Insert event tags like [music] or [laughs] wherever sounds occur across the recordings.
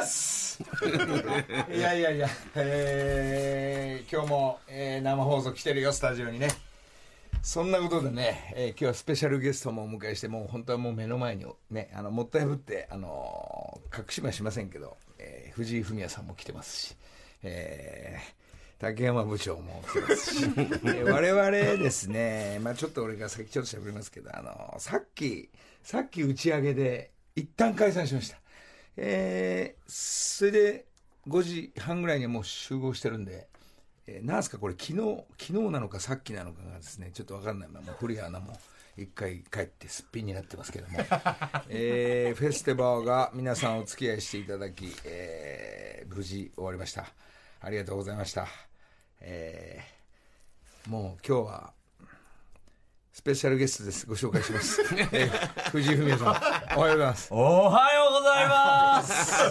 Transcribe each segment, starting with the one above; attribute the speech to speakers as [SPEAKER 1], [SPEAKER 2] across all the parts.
[SPEAKER 1] うございます [laughs] いやいやいや、えー今日も、えー生放送来てるよスタジオにねそんなことでね、えー今日はスペシャルゲストもお迎えしてもう本当はもう目の前にねあのもったいぶって、あのー隠しはしませんけど、えー藤井フミヤさんも来てますし、えー竹山部長も来てますし、えー我々ですね、まあ、ちょっと俺が先ちょっと喋りますけど、あのーさっきさっき打ち上げで一旦解散しました。えーそれで5時半ぐらいにはもう集合してるんで、えーなんすかこれ昨日昨日なのかさっきなのかがですねちょっと分かんないまま古谷アナも一回帰ってすっぴんになってますけども、 [laughs] えーフェスティバーが皆さんお付き合いしていただき、えー無事終わりましたありがとうございました、えーもう今日はスペシャルゲストですご紹介します、えー藤井フミヤさんおはようございます
[SPEAKER 2] おはようございます。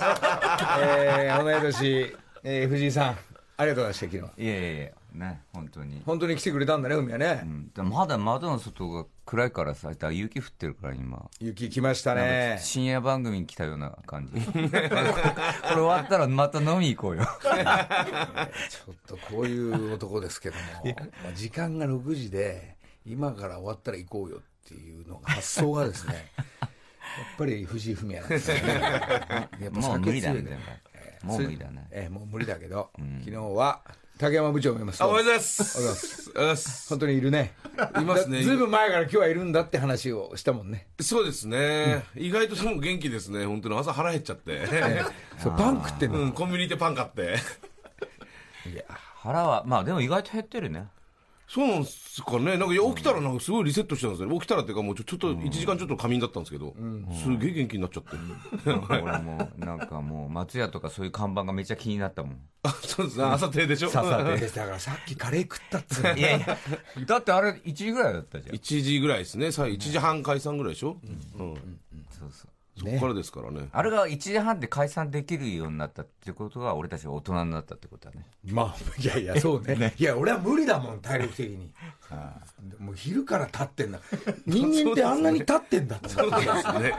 [SPEAKER 1] えー、同い年、えー、藤井さん、ありがとうございました、昨日は。
[SPEAKER 2] [laughs] いやいやいや、ね、本当に。
[SPEAKER 1] 本当に来てくれたんだね、海はね。
[SPEAKER 2] うんでもまだ窓の外が暗いからさ、だから雪降ってるから今。
[SPEAKER 1] 雪来ましたね。
[SPEAKER 2] 深夜番組に来たような感じ。こ [laughs] れこれ終わったらまた飲み行 [laughs] こうよ。
[SPEAKER 1] ちょっとこういう男ですけども、まあ時間が6時で、今から終わったら行こうよっていうのが、発想がですね、やっぱり藤井フミヤなんですね。やっぱ
[SPEAKER 2] [laughs] もう無理だ
[SPEAKER 1] 酒強い
[SPEAKER 2] ね。で
[SPEAKER 1] ね
[SPEAKER 2] ももう無理だね。
[SPEAKER 1] えーもう無理だけど、昨日は、竹山部長もいます。
[SPEAKER 3] あおはようございます。おはようございます。
[SPEAKER 1] 本当にいるね。
[SPEAKER 3] いますね
[SPEAKER 1] ずいぶん前から今日はいるんだって話をしたもんね。
[SPEAKER 3] そうですね。意外とでも元気ですね。本当に朝腹減っちゃ [laughs] って。
[SPEAKER 1] そう、パン食ってんの。
[SPEAKER 3] うん、コンビニでパン買って。
[SPEAKER 2] 腹は、まあでも意外と減ってるね。
[SPEAKER 3] そうなんすかね。なんか起きたらなんかすごいリセットしたんですね。起きたらっていうかもうちょちょっと1時間ちょっと仮眠だったんですけど、すげえ元気になっちゃって。
[SPEAKER 2] 俺も、なんかもう、松屋とかそういう看板がめっちゃ気になったもん。
[SPEAKER 3] あ、 [laughs] そうですね。 [laughs] 朝定でしょ。
[SPEAKER 2] 朝定
[SPEAKER 1] でだからさっきカレー食ったっつうの
[SPEAKER 2] [laughs] いやいや、だってあれ1時ぐらいだったじゃん。
[SPEAKER 3] 1時ぐらいですね。さ1時半解散ぐらいでしょ。うん。
[SPEAKER 2] そうそう。
[SPEAKER 3] そっからですからね。
[SPEAKER 2] あれが1時半で解散できるようになったってことが、俺たちが大人になったってことだね。
[SPEAKER 1] [laughs] まあ、いやいや、そうね。いや、俺は無理だもん、体力的に。もう昼から立ってんだ。人間ってあんなに立ってんだ [laughs] と
[SPEAKER 3] そう
[SPEAKER 1] 思って。
[SPEAKER 3] ですね。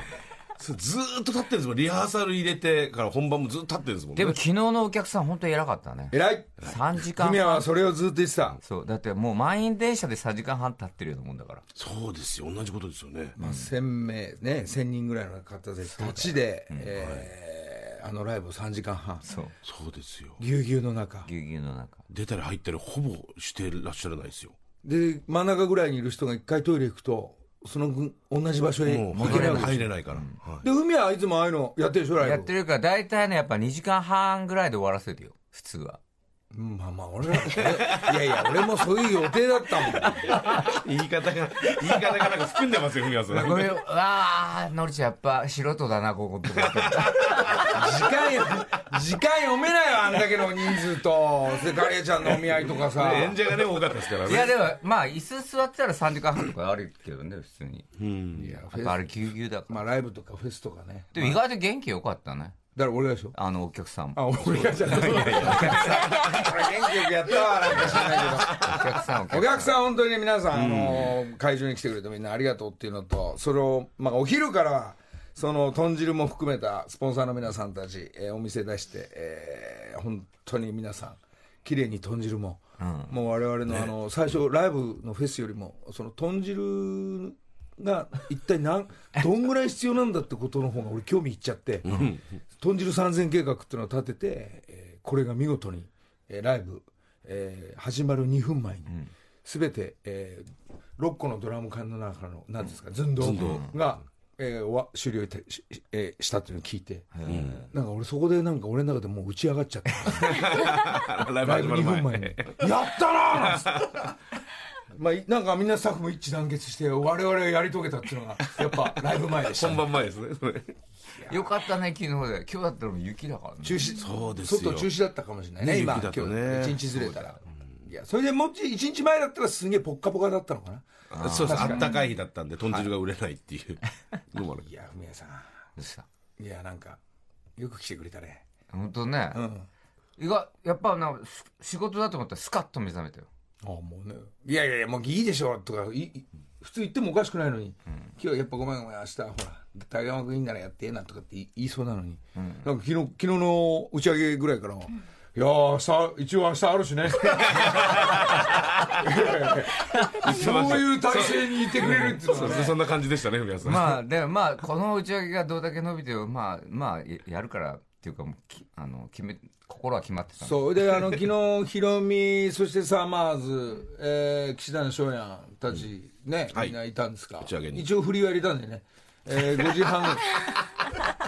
[SPEAKER 3] そうずーっと立ってるんですもん。リハーサル入れてから本番もずっと立ってるんですもん
[SPEAKER 2] で
[SPEAKER 3] ね。
[SPEAKER 2] も昨日のお客さん本当に偉かったね。
[SPEAKER 1] 偉い。
[SPEAKER 2] 3時間
[SPEAKER 1] 君はそれをずっと言ってた。
[SPEAKER 2] そう。だってもう満員電車で3時間半経ってるようなもんだから。
[SPEAKER 3] そうですよ。同じことですよね。
[SPEAKER 1] まあ、1000名、ね、1000人ぐらいの方で、土地で、えーあのライブを3時間半。
[SPEAKER 2] そう。
[SPEAKER 3] そうですよ。
[SPEAKER 1] ぎゅうぎゅうの中。
[SPEAKER 2] ぎゅうぎゅうの中。
[SPEAKER 3] 出たり入ったりほぼしてらっしゃらないですよ。
[SPEAKER 1] で、真ん中ぐらいにいる人が一回トイレ行くと、そのぐ同じ場所へ
[SPEAKER 3] も
[SPEAKER 1] 行
[SPEAKER 3] う
[SPEAKER 1] けない
[SPEAKER 3] 入れない
[SPEAKER 1] わけ
[SPEAKER 3] 入
[SPEAKER 1] で
[SPEAKER 3] れないから。はい
[SPEAKER 1] で、海はいつもああいうのやってるでしょ、ライブ。
[SPEAKER 2] やってるから大体ね、やっぱ2時間半ぐらいで終わらせるよ。普通は。
[SPEAKER 1] うんまあまあ、俺ら、いやいや、俺もそういう予定だったもん。
[SPEAKER 3] 言い方が、言い方がなんか含んでますよ、フミヤさ
[SPEAKER 2] こ [laughs]
[SPEAKER 3] ん。
[SPEAKER 2] れ、わー、のりちゃんやっぱ素人だな、こことか。
[SPEAKER 1] 時間よ、時間読めないよ、あんだけの人数と。それからカレーちゃんのお見合いとかさ。
[SPEAKER 3] 演者がね、多かったですから
[SPEAKER 2] いや
[SPEAKER 3] ね。
[SPEAKER 2] でも、まあ、椅子座ってたら3時間半とかあるけどね、普通に。
[SPEAKER 1] いやフ
[SPEAKER 2] やっ
[SPEAKER 1] ェ
[SPEAKER 2] ぱあ
[SPEAKER 1] ス
[SPEAKER 2] れぎゅうぎゅうだから。
[SPEAKER 1] まあ、ライブとかフェスとかね。
[SPEAKER 2] でも意外と元気良かったね。
[SPEAKER 1] だから俺がでしょ。
[SPEAKER 2] あのお客さんも。
[SPEAKER 1] あ、俺がじゃない。俺元 [laughs] 気よくやったわ、なんか知らない
[SPEAKER 2] お客さん、お
[SPEAKER 1] けど。お客さん、本当にね皆さん、あのー、会場に来てくれてみんなありがとうっていうのと、それを、まあ、お昼から、その、豚汁も含めたスポンサーの皆さんたち、えーお店出して、えー本当に皆さん、綺麗に豚汁も。もう我々のあの最初ライブのフェスよりもその豚汁が一体何どんぐらい必要なんだってことの方が俺興味いっちゃって豚汁三千計画っていうのを立ててえーこれが見事にえーライブえー始まる2分前に全てえ6個のドラム缶の中の何ですか寸胴がえー終わ終了いたしえーしたっていうのを聞いてなんか俺そこでなんか俺の中でもう打ち上がっちゃった。
[SPEAKER 3] ライブ
[SPEAKER 1] ライ
[SPEAKER 3] 始
[SPEAKER 1] ブ2
[SPEAKER 3] [laughs] ま [laughs] る前
[SPEAKER 1] 分前に。やったなーなんつってまあ、いなんかみんなスタッフも一致団結して我々がやり遂げたっていうのがやっぱライブ前でした、
[SPEAKER 3] 本番前ですね。
[SPEAKER 2] よかったね、昨日で。今日だったらもう雪だからね。
[SPEAKER 1] 中止
[SPEAKER 3] そうですよ
[SPEAKER 1] 外中止だったかもしれないね
[SPEAKER 3] ね
[SPEAKER 1] 今
[SPEAKER 3] 雪だとね
[SPEAKER 1] 今日一日ずれたら、いやそれでもし一日前だったらすげえポッカポカだったのかな
[SPEAKER 3] そうです。あったかい日だったんで、豚汁が売れないっていうのもある
[SPEAKER 1] い。や文也さん
[SPEAKER 2] どうした
[SPEAKER 1] いやなんかよく来てくれたね
[SPEAKER 2] 本当ね。意外、やっぱなんかす仕事だと思ったらスカッと目覚めたよ。
[SPEAKER 1] ああもうねいやいやいやもういいでしょとかいい普通言ってもおかしくないのに、今日やっぱごめんごめん明日ほら大山君いいならやってえなとかって言い言いそうなのに、なんか昨日昨日の打ち上げぐらいから、いやー明日一応明日あるし [laughs] ねそういう体制にいてくれるっていうの
[SPEAKER 3] そ
[SPEAKER 1] は
[SPEAKER 3] う
[SPEAKER 1] ね
[SPEAKER 3] そんな感じでしたね、文也さ
[SPEAKER 2] [laughs]
[SPEAKER 3] ん。
[SPEAKER 2] まあ、でもまあ、この打ち上げがどうだけ伸びてよ、まあ、まあ、ややるからっていうか、もうきあの、決め、心は決まってたの
[SPEAKER 1] そうであの昨日ヒロミそしてサマーズ、えー、岸田の翔やんたちね、
[SPEAKER 3] はい
[SPEAKER 1] みんないたんですか
[SPEAKER 3] ち上げに
[SPEAKER 1] 一応振り割りたんでね、えー、5時半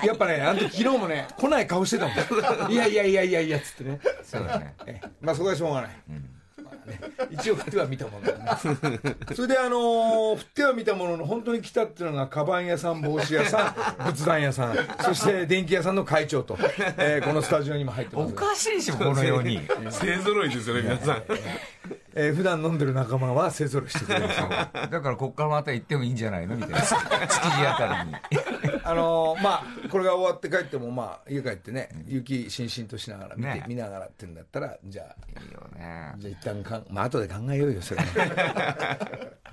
[SPEAKER 1] やっぱねあの時昨日もね来ない顔してたもんいやいやいやいやいやっつってね
[SPEAKER 2] そうだね。
[SPEAKER 1] えまあそこはしょうがない、まあね一応振っては見たものだねそれであのー振っては見たものの本当に来たっていうのがカバン屋さん帽子屋さん仏壇屋さんそして電気屋さんの会長と、えーこのスタジオにも入ってま
[SPEAKER 2] お
[SPEAKER 1] す
[SPEAKER 2] かしいでしょ、このように。
[SPEAKER 3] 勢揃いですよね、皆さん。
[SPEAKER 1] えー普段飲んでる仲間は勢ぞろいしてくれる
[SPEAKER 2] [laughs] だからこっからまた行ってもいいんじゃないのみた [laughs] いな。築地あたりに。
[SPEAKER 1] あのーまあこれが終わって帰ってもまあ家帰ってね雪しんしんとしながら見て、
[SPEAKER 2] ね
[SPEAKER 1] 見ながらってんだったらじゃあ
[SPEAKER 2] いいよね。
[SPEAKER 1] じゃあ一旦かんまあ後で考えようよそれは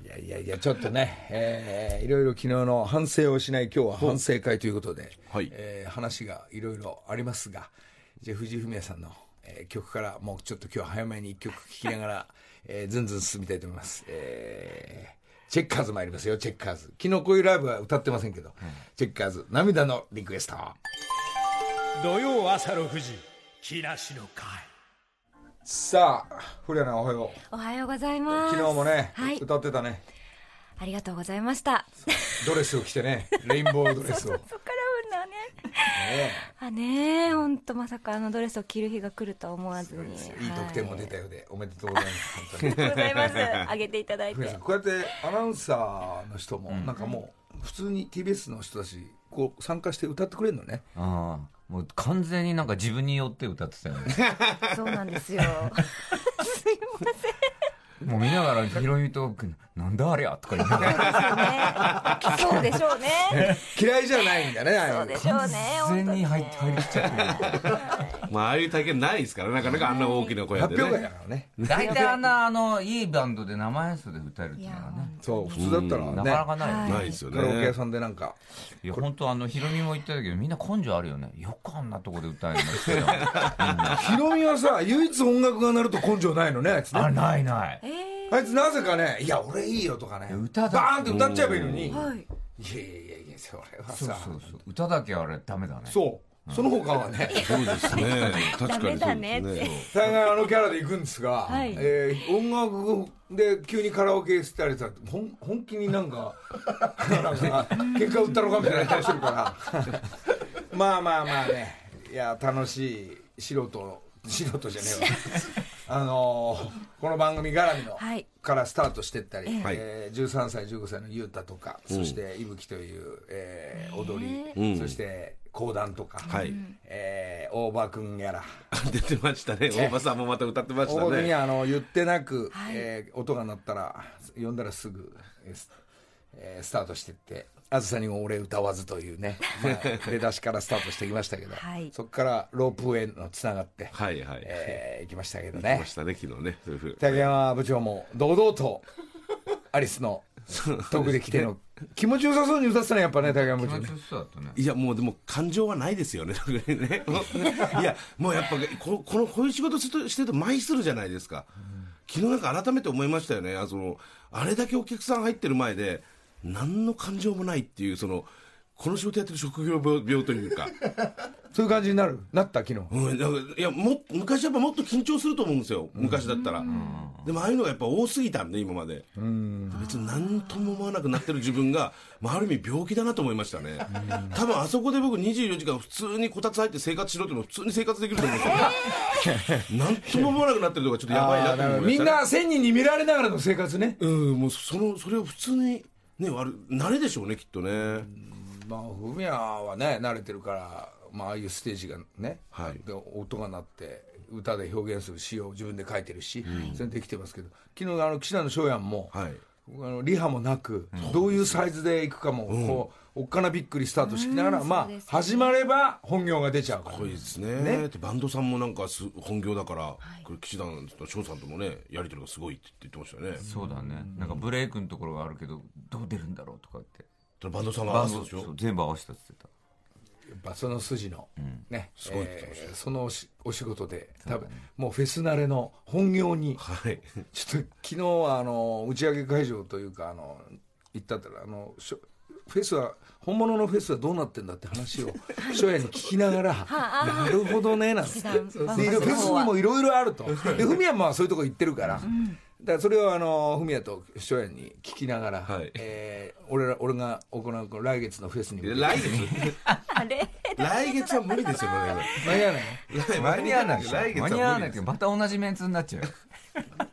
[SPEAKER 1] いやいやいやちょっとねえーいろいろ昨日の反省をしない今日は反省会ということで、
[SPEAKER 3] はい
[SPEAKER 1] えー話がいろいろありますがじゃあ藤井フミヤさんの、えー曲からもうちょっと今日は早めに一曲聴きながら、 [laughs] えー、ずんずん進みたいと思います、えーチェッカーズ参りますよチェッカーズ昨日こういうライブは歌ってませんけど、チェッカーズ涙のリクエスト
[SPEAKER 4] 土曜朝6時木梨の会
[SPEAKER 1] さあ古谷アナおはよう
[SPEAKER 5] おはようございます。
[SPEAKER 1] 昨日もね、
[SPEAKER 5] はい。
[SPEAKER 1] 歌ってたね
[SPEAKER 5] ありがとうございました。
[SPEAKER 1] ドレスを着てね、レインボードレスを。
[SPEAKER 5] [laughs] そっから運だね。あねえ、ほんとまさかあのドレスを着る日が来るとは思わず
[SPEAKER 1] い
[SPEAKER 5] に。
[SPEAKER 1] い得点も出たようで、おめでとうございます。本当に
[SPEAKER 5] ありがとうございます。あげていただい
[SPEAKER 1] 古谷さ
[SPEAKER 5] て
[SPEAKER 1] ん。こうやってアナウンサーの人も、なんかもう、普通に TBS の人たち、こう参加して歌ってくれるのね。
[SPEAKER 2] ああ。もう完全になんか自分によって歌ってたよ [laughs] ね。
[SPEAKER 5] そうなんですよ。すいません。
[SPEAKER 2] もう見ながら、ヒロミと、なんだありゃとか言いながら
[SPEAKER 5] そうでしょうね。
[SPEAKER 1] 嫌いじゃないんだね、ああいうの
[SPEAKER 5] そうでしょうね。
[SPEAKER 2] 完全に入って入り
[SPEAKER 5] る。
[SPEAKER 2] きっちゃってる。
[SPEAKER 3] まあ、ああいう体験ないですから、なかなかあんな大きな声
[SPEAKER 1] 発
[SPEAKER 3] で、ね。
[SPEAKER 1] 表会だからね。
[SPEAKER 2] 大体あんな、あの、いいバンドで生演奏で歌えるっていうのはね、
[SPEAKER 1] そう、普通だったら
[SPEAKER 2] な
[SPEAKER 1] ね、
[SPEAKER 2] かなかないよね。
[SPEAKER 3] ないですよ
[SPEAKER 1] カラオケ
[SPEAKER 3] ね
[SPEAKER 1] 屋。さんでなんか、
[SPEAKER 2] いや、本当あの、ヒロミも言ってたけど、みんな根性あるよね。よくあんなとこで歌えるんですよ。
[SPEAKER 1] ヒロミはさ、唯一音楽が鳴ると根性ないのね、あいつね。
[SPEAKER 2] [laughs] あ、ないない。
[SPEAKER 1] あいつなぜかね、いや、俺いいよとかね、
[SPEAKER 2] 歌だ
[SPEAKER 1] バーンって歌っちゃえばいいのに、いや
[SPEAKER 5] はい。
[SPEAKER 1] いやいやいや、それは
[SPEAKER 2] そう
[SPEAKER 1] さ
[SPEAKER 2] そ、うそう。歌だけあれダメだね。
[SPEAKER 1] そう、その他はね。
[SPEAKER 3] そうですね。確かにそうです
[SPEAKER 5] ダメだねって
[SPEAKER 1] 大概あのキャラで行くんですが、
[SPEAKER 5] はい
[SPEAKER 1] えー音楽で急にカラオケ捨てられたらほん本気になんかなんか結果売ったのかみたいな顔してるからまあまあまあねいや楽しい素人素人じゃねえわあのーこの番組絡みの、
[SPEAKER 5] はい
[SPEAKER 1] からスタートしてったり、
[SPEAKER 3] はい
[SPEAKER 1] えー13歳15歳の雄太とか、そして伊吹という、えー踊り、そして講談とか、
[SPEAKER 3] はい
[SPEAKER 1] えー大場君やら
[SPEAKER 3] [laughs] 出てまし
[SPEAKER 1] [laughs]
[SPEAKER 3] たね。大場さんもまた歌ってました
[SPEAKER 1] 大に
[SPEAKER 3] ね。
[SPEAKER 1] あの言ってなく、
[SPEAKER 5] はい
[SPEAKER 1] えー音が鳴ったら呼んだらすぐ、えースえースタートしてって「あずさにも俺歌わず」というね、まあ出だしからスタートしてきましたけど、
[SPEAKER 5] はい
[SPEAKER 1] そこからロープウェイのつながって、
[SPEAKER 3] はいはい。
[SPEAKER 1] えー行きましたけど
[SPEAKER 3] 出
[SPEAKER 1] ね
[SPEAKER 3] ましたね、昨日ね。そういうふう
[SPEAKER 1] 竹山部長も堂々とアリスの特で来ての気持ちよさそうに歌ってたねやっぱね竹山部
[SPEAKER 2] 気
[SPEAKER 1] 長
[SPEAKER 2] 持
[SPEAKER 1] ね
[SPEAKER 2] ちよさだったね。
[SPEAKER 3] いや、もうでも感情はないですよね、特
[SPEAKER 1] [laughs]
[SPEAKER 3] にね。いや、もうやっぱこ、この、こういう仕事するしてると舞するじゃないですか。昨日なんか改めて思いましたよね。あその、あれだけお客さん入ってる前で、何の感情もないっていう、その、この仕事やってる職業病というか。
[SPEAKER 1] そういう感じになるなった昨日
[SPEAKER 3] うん、なんかいやもっ昔やっぱもっと緊張すると思うんですよ昔だったら、でもああいうのがやっぱ多すぎたんで今まで、別に何とも思わなくなってる自分が、まあ、ある意味病気だなと思いましたね、多分あそこで僕24時間普通にこたつ入って生活しろっても普通に生活できると思うんです [laughs] よ、なんとも思わなくなってるとかちょっとやばいなと
[SPEAKER 1] あーなる
[SPEAKER 3] 思い
[SPEAKER 1] ほど
[SPEAKER 3] ま
[SPEAKER 1] み
[SPEAKER 3] し
[SPEAKER 1] ん
[SPEAKER 3] た、
[SPEAKER 1] な1000人に見られながらの生活ね
[SPEAKER 3] うんもうそのそれを普通にね悪い慣れでしょうねきっとね、
[SPEAKER 1] まあフミヤはね慣れてるからまあああいうステージがね、
[SPEAKER 3] はい
[SPEAKER 1] で音が鳴って歌で表現する詩を自分で書いてるし、それできてますけど昨日あの岸田の翔やんも、
[SPEAKER 3] はい
[SPEAKER 1] あのリハもなく、どういうサイズでいくかも、こうおっかなびっくりスタートしてきながら、まあ始まれば本業が出ちゃうから
[SPEAKER 3] かっこいいですねでバンドさんもなんかす本業だから、これ岸田と翔さんともねやり取りがすごいって言ってましたよね
[SPEAKER 2] そうだねなんかブレイクのところがあるけどどう出るんだろうとかって
[SPEAKER 3] それバンドさんが合わせたでし
[SPEAKER 2] そう
[SPEAKER 3] ょ
[SPEAKER 2] 全部合わせたって言ってた
[SPEAKER 1] やっぱその筋の、ね
[SPEAKER 3] すごいって言ってました
[SPEAKER 1] えーそのおしお仕事で多分もうフェス慣れの本業に
[SPEAKER 3] はい
[SPEAKER 1] [laughs] ちょっと昨日はあの打ち上げ会場というかあの行ったったらあのしょフェスは本物のフェスはどうなってんだって話
[SPEAKER 3] [laughs]
[SPEAKER 1] を初夜に聞きながらなるほどねなんつってで
[SPEAKER 5] 岸田
[SPEAKER 1] いろいろフェスにもいろいろあるとでフミヤもまあそういうとこ行ってるから。だからそれをあのフミヤと初夜に聞きながら、
[SPEAKER 3] はい
[SPEAKER 1] えー俺ら俺が行うこの来月のフェスに向けて
[SPEAKER 3] [laughs] 来月
[SPEAKER 5] あれ
[SPEAKER 3] 来月は無理ですよ [laughs]
[SPEAKER 1] 間に合わない
[SPEAKER 2] 間に合わないでしょ
[SPEAKER 3] 来月は無理です
[SPEAKER 2] 間に合わないけどまた同じメンツになっちゃう [laughs] よ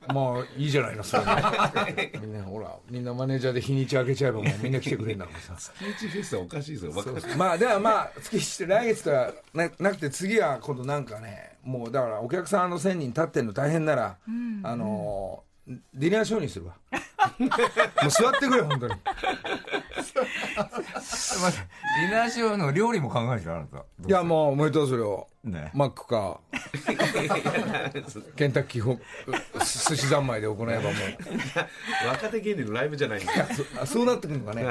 [SPEAKER 1] まあいいじゃないのそれで [laughs] みんなほらみんなマネージャーで日にち開けちゃえば [laughs] もうみんな来てくれるんだからさ
[SPEAKER 3] 月フェスはおかしいですよ若い
[SPEAKER 1] まあではまあ月して来月とはななくて次は今度なんかねもうだからお客さんあの1000人立ってんの大変なら、あのーディナーショーにするわもう座ってくれ本当に
[SPEAKER 2] 待ってディナーショーの料理も考えるでしょあなた
[SPEAKER 1] いやもうおめでとうそれを、
[SPEAKER 2] ね
[SPEAKER 1] マック
[SPEAKER 3] [laughs]
[SPEAKER 1] かケンタッキーほす寿司三昧で行えばもう
[SPEAKER 3] [laughs] 若手芸人のライブじゃないんですよ
[SPEAKER 1] あそうなってくるの
[SPEAKER 3] [laughs]
[SPEAKER 1] かね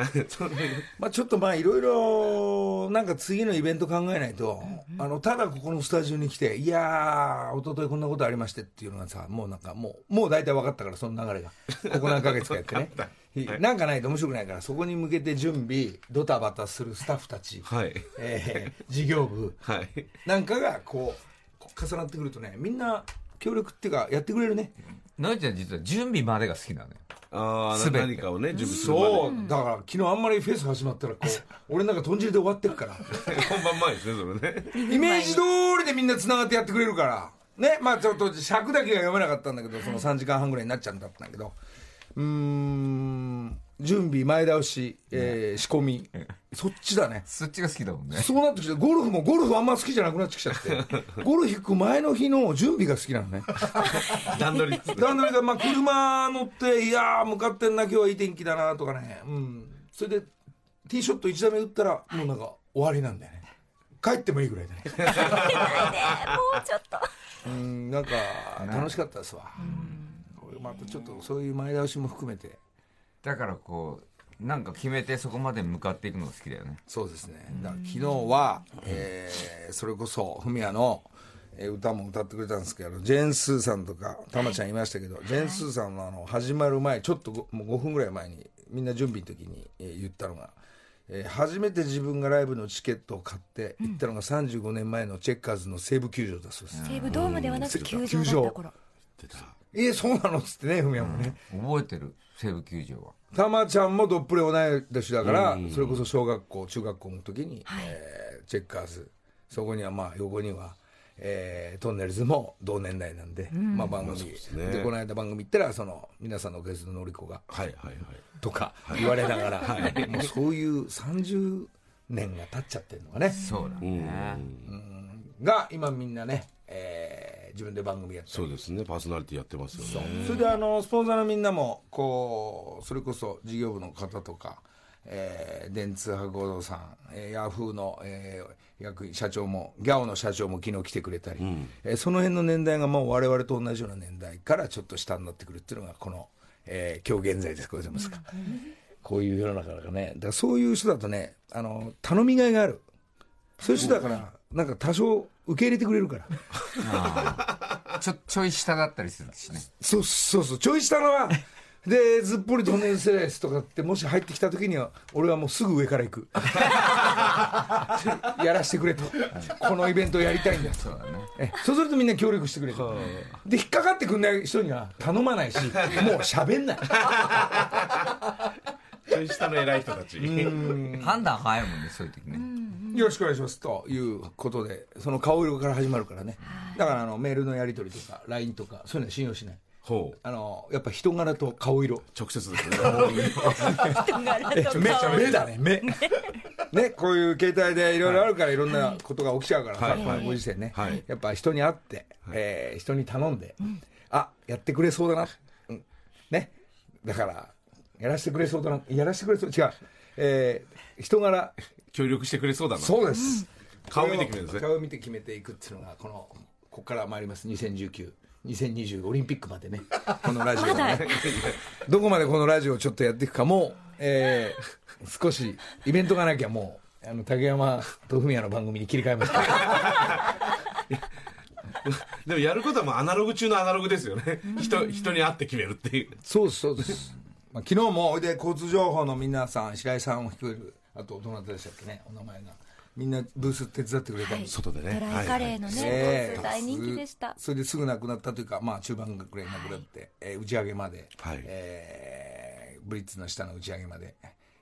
[SPEAKER 1] まあちょっとまあいろいろなんか次のイベント考えないと、あのただここのスタジオに来ていやー一昨日こんなことありましてっていうのがさもうなんかもうもう大体分かったからその流れがここ何ヶ月かや
[SPEAKER 3] [laughs]
[SPEAKER 1] ってねいなんかないと面白くないからそこに向けて準備ドタバタするスタッフたち、
[SPEAKER 3] はい
[SPEAKER 1] えー事業部
[SPEAKER 3] はい
[SPEAKER 1] なんかがこうこう重なってくるとねみんな協力っていうかやってくれるね
[SPEAKER 2] のりちゃん実は準備までが好きなのよ
[SPEAKER 3] ああ
[SPEAKER 2] 全て
[SPEAKER 3] 何かをね準備する
[SPEAKER 1] そ
[SPEAKER 3] ま
[SPEAKER 1] うだから昨日あんまりフェス始まったらこう俺なんか豚汁で終わってるから
[SPEAKER 3] で本番前ですねそれね
[SPEAKER 1] イメージ通りでみんな繋がってやってくれるから。ね、まあちょっと尺だけが読めなかったんだけど、その3時間半ぐらいになっちゃうんだったんだけど。うーん、準備、前倒し、えー仕込み。そっちだね。
[SPEAKER 2] そっちが好きだもんね
[SPEAKER 1] そうなってきて、ゴルフもゴルフあんま好きじゃなくなってきちゃって。ゴルフ行く前の日の準備が好きなのね。
[SPEAKER 3] 段取りですね
[SPEAKER 1] だんだんまあ車乗って、いやー、向かってんな、今日はいい天気だなとかね、うん、それで、ティーショット1打目打ったら、もうなんか終わりなんだよね、帰ってもいいぐらいだね、
[SPEAKER 5] もうちょっと
[SPEAKER 1] [laughs] うん、なんか楽しかったですわ、これまたちょっとそういう前倒しも含めて、
[SPEAKER 2] だからこうなんか決めてそこまで向かっていくのが好きだよね
[SPEAKER 1] そうですね、だから昨日は、えーそれこそ、フミヤの、えー歌も歌ってくれたんですけど、ジェーン・スーさんとか、たまちゃんいましたけど、ジェーン・スーさんのあの始まる前、ちょっとごもう5分ぐらい前に、みんな準備の時に、えー言ったのが、えー初めて自分がライブのチケットを買って行ったのが35年前のチェッカーズの西武球場だそうです。
[SPEAKER 5] 西武ドームではなく球場
[SPEAKER 1] 球
[SPEAKER 5] だった頃
[SPEAKER 1] 場えーそうなのっつってね、フミヤもね。
[SPEAKER 2] 覚えてる西武球場は
[SPEAKER 1] たまちゃんもどっぷり同い年だから、それこそ小学校中学校の時に、えーチェッカーズそこにはまあ横には、えートンネルズも同年代なんで、まあ番組、でこの間番組行ったらその皆さんのゲストののりこが
[SPEAKER 3] はいはいはい
[SPEAKER 1] とか言われなが [laughs] ら、もうそういう30年が経っちゃってるのがね
[SPEAKER 2] そうだね
[SPEAKER 1] が今みんなね、えー自分で番組やって
[SPEAKER 3] そうですねパーソナリティやってますよね
[SPEAKER 1] それであのスポンサーのみんなもこうそれこそ事業部の方とか、えー電通博報堂さん、えーヤフーの、えー役員社長もギャオの社長も昨日来てくれたり、えーその辺の年代がもう我々と同じような年代からちょっと下になってくるっていうのがこの、えー今日現在ですございますか、こういう世の中だからねだからそういう人だとねあの頼みがいがあるそういう人だからなんか多少受け入れてくれるから。
[SPEAKER 2] ちょちょい下だったりするしね
[SPEAKER 1] [laughs] そうそうそう、ちょい下のは、で、ずっぽりドネルセレスとかって、もし入ってきた時には、俺はもうすぐ上から行 [laughs] く。やらせてくれと。このイベントやりたいんだと。えそうするとみんな協力してくれる。で、引っかかってくんない人には頼まないし、もう喋 [laughs] んない。
[SPEAKER 3] ちょい下の偉い人たち。
[SPEAKER 2] 判断早いもんね、そういう時ね。
[SPEAKER 1] よろしくお願いしますということで、その顔色から始まるからね。だからあの、メールのやり取りとか、LINE とか、そういうのは信用しない。
[SPEAKER 3] ほう。
[SPEAKER 1] あの、やっぱ人柄と顔色。
[SPEAKER 3] 直接ですね。
[SPEAKER 1] 目目だね目 [laughs] ねこういう携帯でいろいろあるからいろんなことが起きちゃうからさ、
[SPEAKER 3] はい
[SPEAKER 1] このご時世ね、
[SPEAKER 3] はい
[SPEAKER 1] やっぱ人に会って、えー人に頼んで、あやってくれそうだな、うんねだからやらせてくれそうだなやらせてくれそう違う、えー人柄
[SPEAKER 3] [laughs] 協力してくれそうだな。
[SPEAKER 1] そうです、
[SPEAKER 3] 顔見て決めるんですね
[SPEAKER 1] 顔を見て決めていくっていうのがこのここから参ります2019 2020オリンピックまで
[SPEAKER 3] [laughs]
[SPEAKER 1] ね、このラジオをね、 [laughs] どこまでこのラジオをちょっとやっていくかも、えー少しイベントがなきゃもう、あの竹山と文也の番組に切り替えました。
[SPEAKER 3] [laughs] でもやることはもうアナログ中のアナログですよね。人、人に会って決めるっていう。
[SPEAKER 1] そうです、そうです。まあ、昨日も、おいで、交通情報の皆さん、白井さんを含める、あと、どなたでしたっけね、お名前が。みんなブース手伝ってくれたんです。
[SPEAKER 3] 外でね
[SPEAKER 5] ドライカレーのね、
[SPEAKER 1] ええ
[SPEAKER 5] 交通大人気でした。
[SPEAKER 1] それですぐ亡くなったというか、まあ、中盤ぐらいに亡くなって、えー打ち上げまで、
[SPEAKER 3] はい
[SPEAKER 1] えーブリッツの下の打ち上げまで。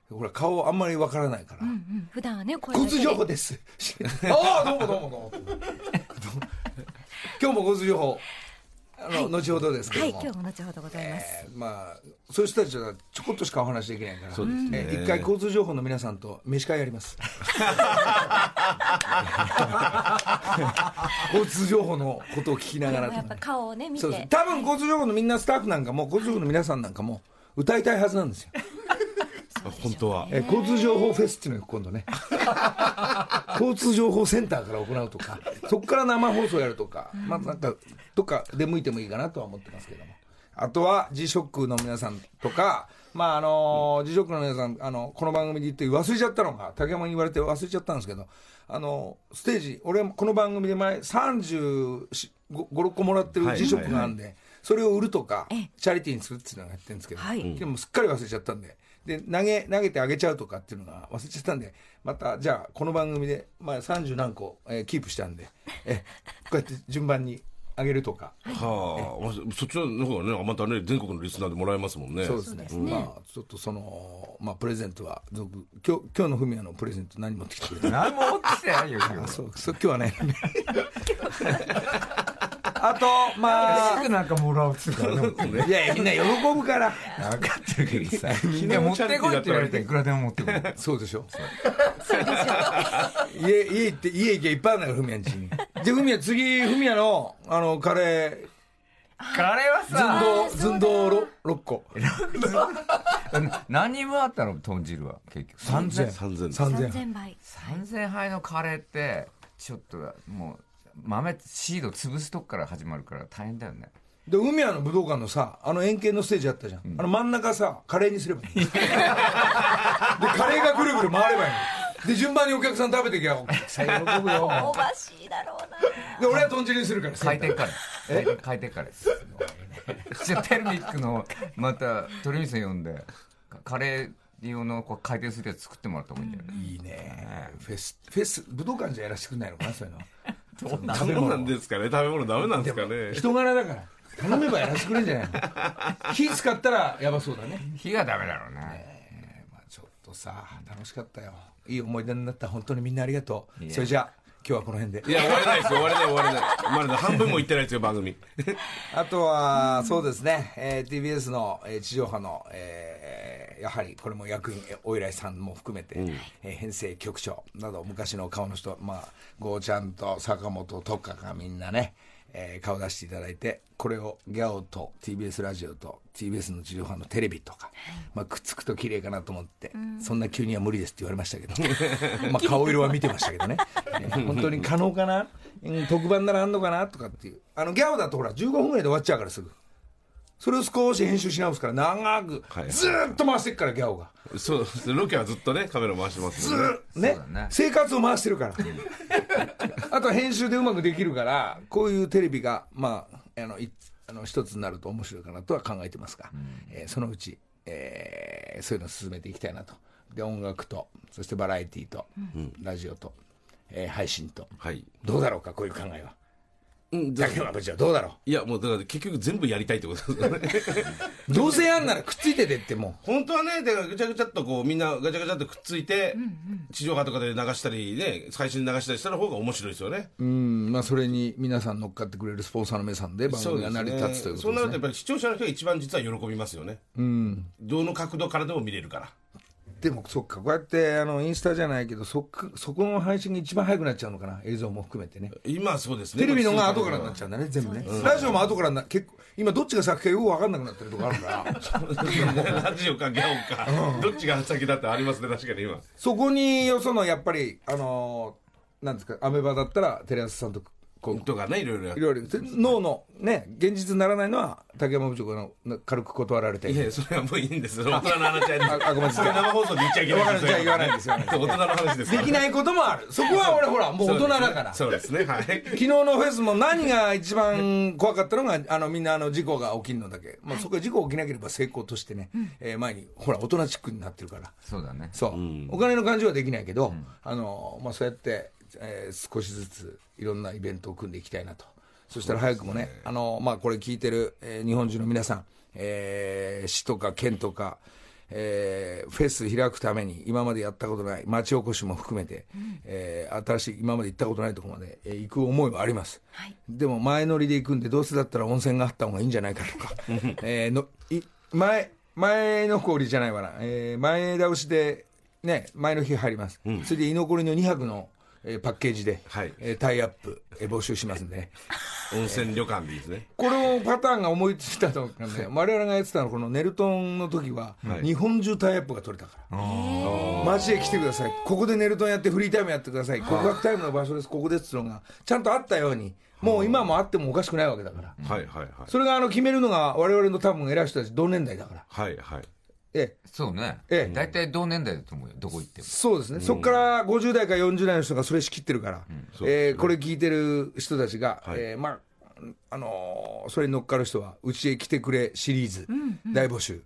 [SPEAKER 1] ほら、顔あんまりわからないから。
[SPEAKER 5] うん普段はね、こういう
[SPEAKER 1] 交通情報です。ああ、どうもどうもどうもどうも。今日も交通情報、あの、後ほどですけ
[SPEAKER 5] は
[SPEAKER 1] ど
[SPEAKER 5] い、
[SPEAKER 1] も。
[SPEAKER 5] 今日も後ほどございます。
[SPEAKER 1] えーまあ、そういう人たちはちょこっとしかお話できないから、
[SPEAKER 3] そうですね
[SPEAKER 1] えー一回交通情報の皆さんと飯会やり
[SPEAKER 5] [laughs]
[SPEAKER 1] ます。交通情報のことを聞きなが
[SPEAKER 5] で
[SPEAKER 1] ら
[SPEAKER 5] もやっぱ顔をね、見
[SPEAKER 1] そ
[SPEAKER 5] て
[SPEAKER 1] うです。多分交通情報のみんなスタッフなんかも、交通情報の皆さんなんかも、歌いたいはずなんですよ。
[SPEAKER 3] 本当は。
[SPEAKER 1] えー交通情報フェスっていうのが今度ね [laughs] 交通情報センターから行うとかそこから生放送やるとか、まあなんかどっか出向いてもいいかなとは思ってますけどもあとは G ショックの皆さんとかまああの G ショックの皆さんあのこの番組で言って忘れちゃったのが竹山に言われて忘れちゃったんですけどあのステージ俺はこの番組で前356個もらってる G ショックがあるんで、それを売るとか
[SPEAKER 5] ええ
[SPEAKER 1] チャリティーにするっていうのをやってるんですけど、
[SPEAKER 5] はい
[SPEAKER 1] でもすっかり忘れちゃったんで、で、投げ、投げてあげちゃうとかっていうのが忘れちゃったんで、また、じゃあ、この番組で、まあ、30何個、えーキープしたんで、えーこうやって順番にあげるとか、
[SPEAKER 3] はあ、そっちの方がね、またね、全国のリスナーでもらえますもんね。
[SPEAKER 1] そうですね。まあ、ちょっとその、まあ、プレゼントは、続、今日、今日のフミヤのプレゼント何持ってきてくれた [laughs]
[SPEAKER 2] 何も落ちてないよ、今日。
[SPEAKER 1] そう、そう、今日はね。 [laughs] あと、まあ、
[SPEAKER 2] くなんかもらうっつうからね。
[SPEAKER 1] いやいや、みんな喜ぶから。
[SPEAKER 2] 分かってるけどさ。みんな持ってこいって言われていくらでも持ってこい。
[SPEAKER 1] そうでしょそうでしょ家、家行って、家行けいっぱいあるんだから、ふみやんちに。じゃあ、ふみや、次、ふみやの、あの、カレ
[SPEAKER 2] カレーはさ、
[SPEAKER 1] ー、寸胴、寸胴 6, 個。
[SPEAKER 2] 何人分あったの豚汁は、結局。3000。
[SPEAKER 3] 3000です。
[SPEAKER 1] 3000
[SPEAKER 5] 3000倍。
[SPEAKER 2] 3000杯のカレーって、ちょっと、もう、豆、シード潰すとこから始まるから大変だよね。
[SPEAKER 1] で、海屋の武道館のさ、あの円形のステージあったじゃん。あの真ん中さ、カレーにすればいいの。で、カレーがぐるぐる回ればいいの。で、順番にお客さん食べてきゃ、お客さん喜ぶよ。
[SPEAKER 5] 香ばしいだろうな。
[SPEAKER 1] で、俺は豚汁にするから
[SPEAKER 2] 回転カレー。回転カレーです。じゃあ、テルミックの、また、鳥海さん呼んで、カレー用のこう回転するやつ作ってもらった方がいいんじゃない
[SPEAKER 1] いいね。フェス、フェス、武道館じゃやらせてくんないのかな、そういうの。
[SPEAKER 3] 食べ物なんですかね。食べ物ダメなんですかね。
[SPEAKER 1] [laughs] 人柄だから頼めばやらせてくれんじゃないの火使ったらやばそうだね、
[SPEAKER 2] 火がダメだろうね。
[SPEAKER 1] まあ、ちょっとさ楽しかったよいい思い出になった本当にみんなありがとう
[SPEAKER 2] いえ
[SPEAKER 1] それじゃあ今日はこの辺で
[SPEAKER 3] いや、終われないですよ。終われない、終われない。まだ半分もいってないですよ、番
[SPEAKER 1] [laughs]
[SPEAKER 3] 組。
[SPEAKER 1] あとはそうですね、えー TBS の、えー地上波の、えーやはりこれも役員えーお依頼さんも含めて、えー編成局長など昔の顔の人まあゴーちゃんと坂本とかがみんなねえー顔出していただいてこれをギャオと TBS ラジオと TBS の地上波のテレビとか、まあ、くっつくと綺麗かなと思って、そんな急には無理ですって言われましたけ
[SPEAKER 3] [laughs]
[SPEAKER 1] どまあ顔色は見てましたけどね、えー本当に可能かな、うん特番ならあんのかなとかっていうあのギャオだとほら15分ぐらいで終わっちゃうからすぐそれを少し編集し直すから長く
[SPEAKER 3] はい
[SPEAKER 1] ずーっと回してっからギャオが
[SPEAKER 3] そうですねロケはずっとね、カメラ回してます
[SPEAKER 1] ず
[SPEAKER 3] もんね。
[SPEAKER 1] ーっとね
[SPEAKER 2] そうだね
[SPEAKER 1] 生活を回してるからあとは編集でうまくできるからこういうテレビがまああのいあの一つになると面白いかなとは考えてますが、えーそのうち、えーそういうのを進めていきたいなとで音楽とそしてバラエティーと、ラジオと、えー配信と、
[SPEAKER 3] はい。
[SPEAKER 1] どうだろうかこういう考えは
[SPEAKER 3] うん、だ
[SPEAKER 1] 竹山部長どうだろ
[SPEAKER 3] いや、もうだから結局全部やりたいってことですよ
[SPEAKER 1] [laughs]
[SPEAKER 3] ね。
[SPEAKER 1] うどうせやんならくっついててっても
[SPEAKER 3] 本当はね、だからぐちゃぐちゃっとこう、みんなガチャガチャっとくっついて、地上波とかで流したりね、最新流したりした方が面白いですよね。
[SPEAKER 1] ううんまあそれに皆さん乗っかってくれるスポンサーの皆さんで番組が成り立つということ
[SPEAKER 3] そう
[SPEAKER 1] で
[SPEAKER 3] な
[SPEAKER 1] すね
[SPEAKER 3] るとやっぱり視聴者の人が一番実は喜びますよね。どの角度からでも見れるから。
[SPEAKER 1] でもそっかこうやってあのインスタじゃないけどそっそこの配信が一番早くなっちゃうのかな映像も含めてね
[SPEAKER 3] 今はそうですね。
[SPEAKER 1] テレビのが後からになっちゃうんだね全部ねラジオも後からな結構今どっちが先かよく分かんなくなってるとこあるから
[SPEAKER 3] [laughs]
[SPEAKER 1] [laughs]
[SPEAKER 3] ラジオかギャオか、どっちが先だってありますね、確かに今。
[SPEAKER 1] そこによそのやっぱりあのーなんですかアメバだったらテレ朝さんとこう
[SPEAKER 3] とかね、いろいろやっ
[SPEAKER 1] いろいろ脳のね現実にならないのは竹山部長がな軽く断られて
[SPEAKER 3] いやいやそれはもういいんですよ。大人の話じゃ
[SPEAKER 1] ああごめんなさい
[SPEAKER 3] それ生放送で言っちゃいけない
[SPEAKER 1] わかるじゃあ言わないですよね
[SPEAKER 3] 大人の話ですか
[SPEAKER 1] で
[SPEAKER 3] ら。
[SPEAKER 1] きないこともあるそこは俺ほらもう大人だから
[SPEAKER 3] そうですね、
[SPEAKER 1] [laughs]
[SPEAKER 3] はい。
[SPEAKER 1] 昨日のフェスも何が一番怖かったのが、あのみんなあの事故が起きるのだけ、まあ、そこは事故起きなければ成功としてね、えー前に、ほら、大人チックになってるから、
[SPEAKER 2] そうだね。
[SPEAKER 1] そう、お金の感じはできないけど、あのまあ、そうやって、えー少しずついろんなイベントを組んでいきたいなと、そしたら早くもね、あのまあ、これ聞いてる、えー日本中の皆さん、えー市とか県とか、えーフェス開くために今までやったことない町おこしも含めて、えー新しい今まで行ったことないところまで、えー行く思いはあります、でも前乗りで行くんでどうせだったら温泉があった方がいいんじゃないかと [laughs] か、えーのい前前の氷じゃないわな、えー前倒しで、ね、前の日入ります、それで居残りの2泊の、えーパッケージで、
[SPEAKER 3] はい
[SPEAKER 1] えータイアップ、えー募集しますんでね、
[SPEAKER 3] 温泉旅館でいいですね。
[SPEAKER 1] これもパターンが思いついたと思うんで、我々がやってたのはこのネルトンの時は、日本中タイアップが取れたから、マジで来てください、ここでネルトンやって、フリータイムやってください、告白タイムの場所です、ここですっていうのが、ちゃんとあったように、もう今もあってもおかしくないわけだから、
[SPEAKER 3] はいはいはい。
[SPEAKER 1] それがあの決めるのが、我々の多分偉い人たち、同年代だから。
[SPEAKER 3] はいはい。
[SPEAKER 1] ええ
[SPEAKER 2] そうね。
[SPEAKER 1] ええ
[SPEAKER 2] 大体同年代だと思うよ。どこ行っても。
[SPEAKER 1] そうですね、そこから50代か40代の人がそれ仕切ってるから、えーこれ聞いてる人たちが、
[SPEAKER 3] はい
[SPEAKER 1] えーまああのーそれに乗っかる人は、うちへ来てくれシリーズ、大募集、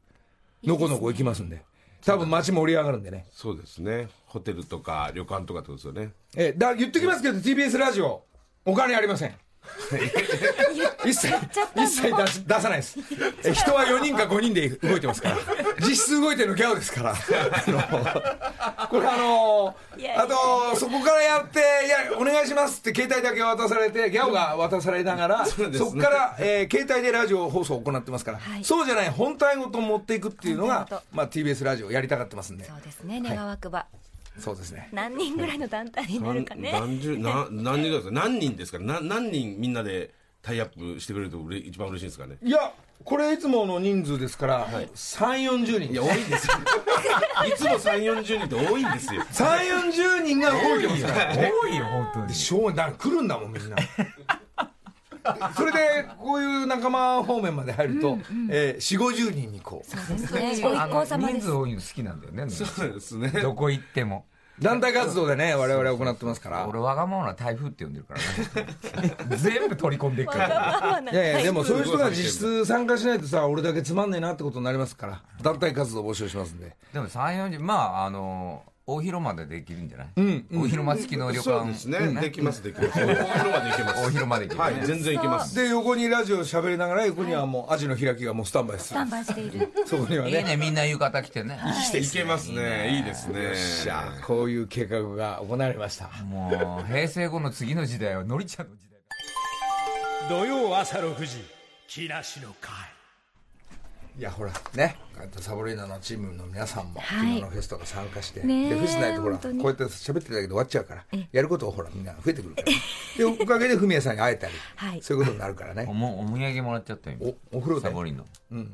[SPEAKER 1] のこのこ行きますんで、多分街盛り上がるんでね、
[SPEAKER 3] そうですね。ホテルとか旅館とかってことですよね。
[SPEAKER 1] えーだ言っときますけど、TBS ラジオ、お金あり
[SPEAKER 5] [laughs]
[SPEAKER 1] ません。一切一切出し出さないですえー人は4人か5人で動いてますから実質動いてるのギャオですからあのこれあのー
[SPEAKER 5] いやいや
[SPEAKER 1] あとそこからやって「いやお願いします」って携帯だけ渡されてギャオが渡されながらそ
[SPEAKER 3] そうですね
[SPEAKER 1] こから、えー携帯でラジオ放送を行ってますから、
[SPEAKER 5] はい
[SPEAKER 1] そうじゃない本体ごと持っていくっていうの
[SPEAKER 5] 本体
[SPEAKER 1] が
[SPEAKER 5] ごと、
[SPEAKER 1] まあ、TBS ラジオやりたかってますんで
[SPEAKER 5] そうですね願わくば、
[SPEAKER 1] そうですね
[SPEAKER 5] 何人ぐらいの団体になるかね
[SPEAKER 3] 何十、な何人ぐらいですか何人ですかな何人みんなでタイアップしてくれるとうれ一番嬉しいですか
[SPEAKER 5] [laughs]
[SPEAKER 3] ね。
[SPEAKER 1] いやこれいつもの人数ですから、3 4 0人
[SPEAKER 3] いや、多いんですよ。いつも3、40人って多いんですよ。
[SPEAKER 1] 3 4 0人が動いてますから
[SPEAKER 2] 多いよ、本当に
[SPEAKER 1] で昭和だ来るんだもんみん
[SPEAKER 3] [laughs]
[SPEAKER 1] なそれでこういう仲間方面まで入ると、えー、4 5 0人にこう
[SPEAKER 5] そうですねご一行様で
[SPEAKER 2] 人
[SPEAKER 5] す
[SPEAKER 2] 数多いの好きなんだよね。
[SPEAKER 3] そうですね。
[SPEAKER 2] どこ行っても。
[SPEAKER 1] 団体活動でね我々行ってますから
[SPEAKER 2] 俺、わがままな台風って呼んでるからね。 [laughs] 全部取り込んでいく
[SPEAKER 5] わ
[SPEAKER 2] か
[SPEAKER 5] が
[SPEAKER 2] ら。
[SPEAKER 5] ままない
[SPEAKER 1] やいやでもそういう人が
[SPEAKER 3] すごい
[SPEAKER 1] 実質参加しないとさ俺だけつまんねえなってことになりますから団体活動募集しますんで
[SPEAKER 2] でも3、40、まあ、あの、大広間でできるんじゃない大広間付きの旅
[SPEAKER 3] そうで
[SPEAKER 2] 館。
[SPEAKER 3] すね。できます、できます。大広間で行けます。
[SPEAKER 2] 大広間で行けます
[SPEAKER 3] はい、全然行けます。
[SPEAKER 1] で横にラジオ喋りながら横にはもうアジの開きがもうスタンバイす
[SPEAKER 5] ス
[SPEAKER 1] る
[SPEAKER 5] タンバイしている
[SPEAKER 1] そこにはい
[SPEAKER 2] い
[SPEAKER 1] ね
[SPEAKER 2] ね、みんな浴衣着てね。
[SPEAKER 3] いけますね。いいですね。
[SPEAKER 1] じゃあこういう計画が行われました
[SPEAKER 2] もう、平成後の次の時代は、のりちゃんの時代だ。
[SPEAKER 4] 土曜朝6時木梨の会
[SPEAKER 1] いやほらねこうやってサボリーナのチームの皆さんも、
[SPEAKER 5] は
[SPEAKER 1] 昨
[SPEAKER 5] い
[SPEAKER 1] 日のフェスとか参加して、
[SPEAKER 5] ねえ
[SPEAKER 1] でフェスないとほらこ
[SPEAKER 5] 本当
[SPEAKER 1] う
[SPEAKER 5] に
[SPEAKER 1] やって喋ってるだけで終わっちゃうからやることをほらみんな増えてくるからでおかげでフミヤさんに会えたり、
[SPEAKER 5] はい
[SPEAKER 1] そういうことになるからね
[SPEAKER 2] おもお土産もらっちゃったよ。今
[SPEAKER 1] おお風呂で
[SPEAKER 2] サボりの。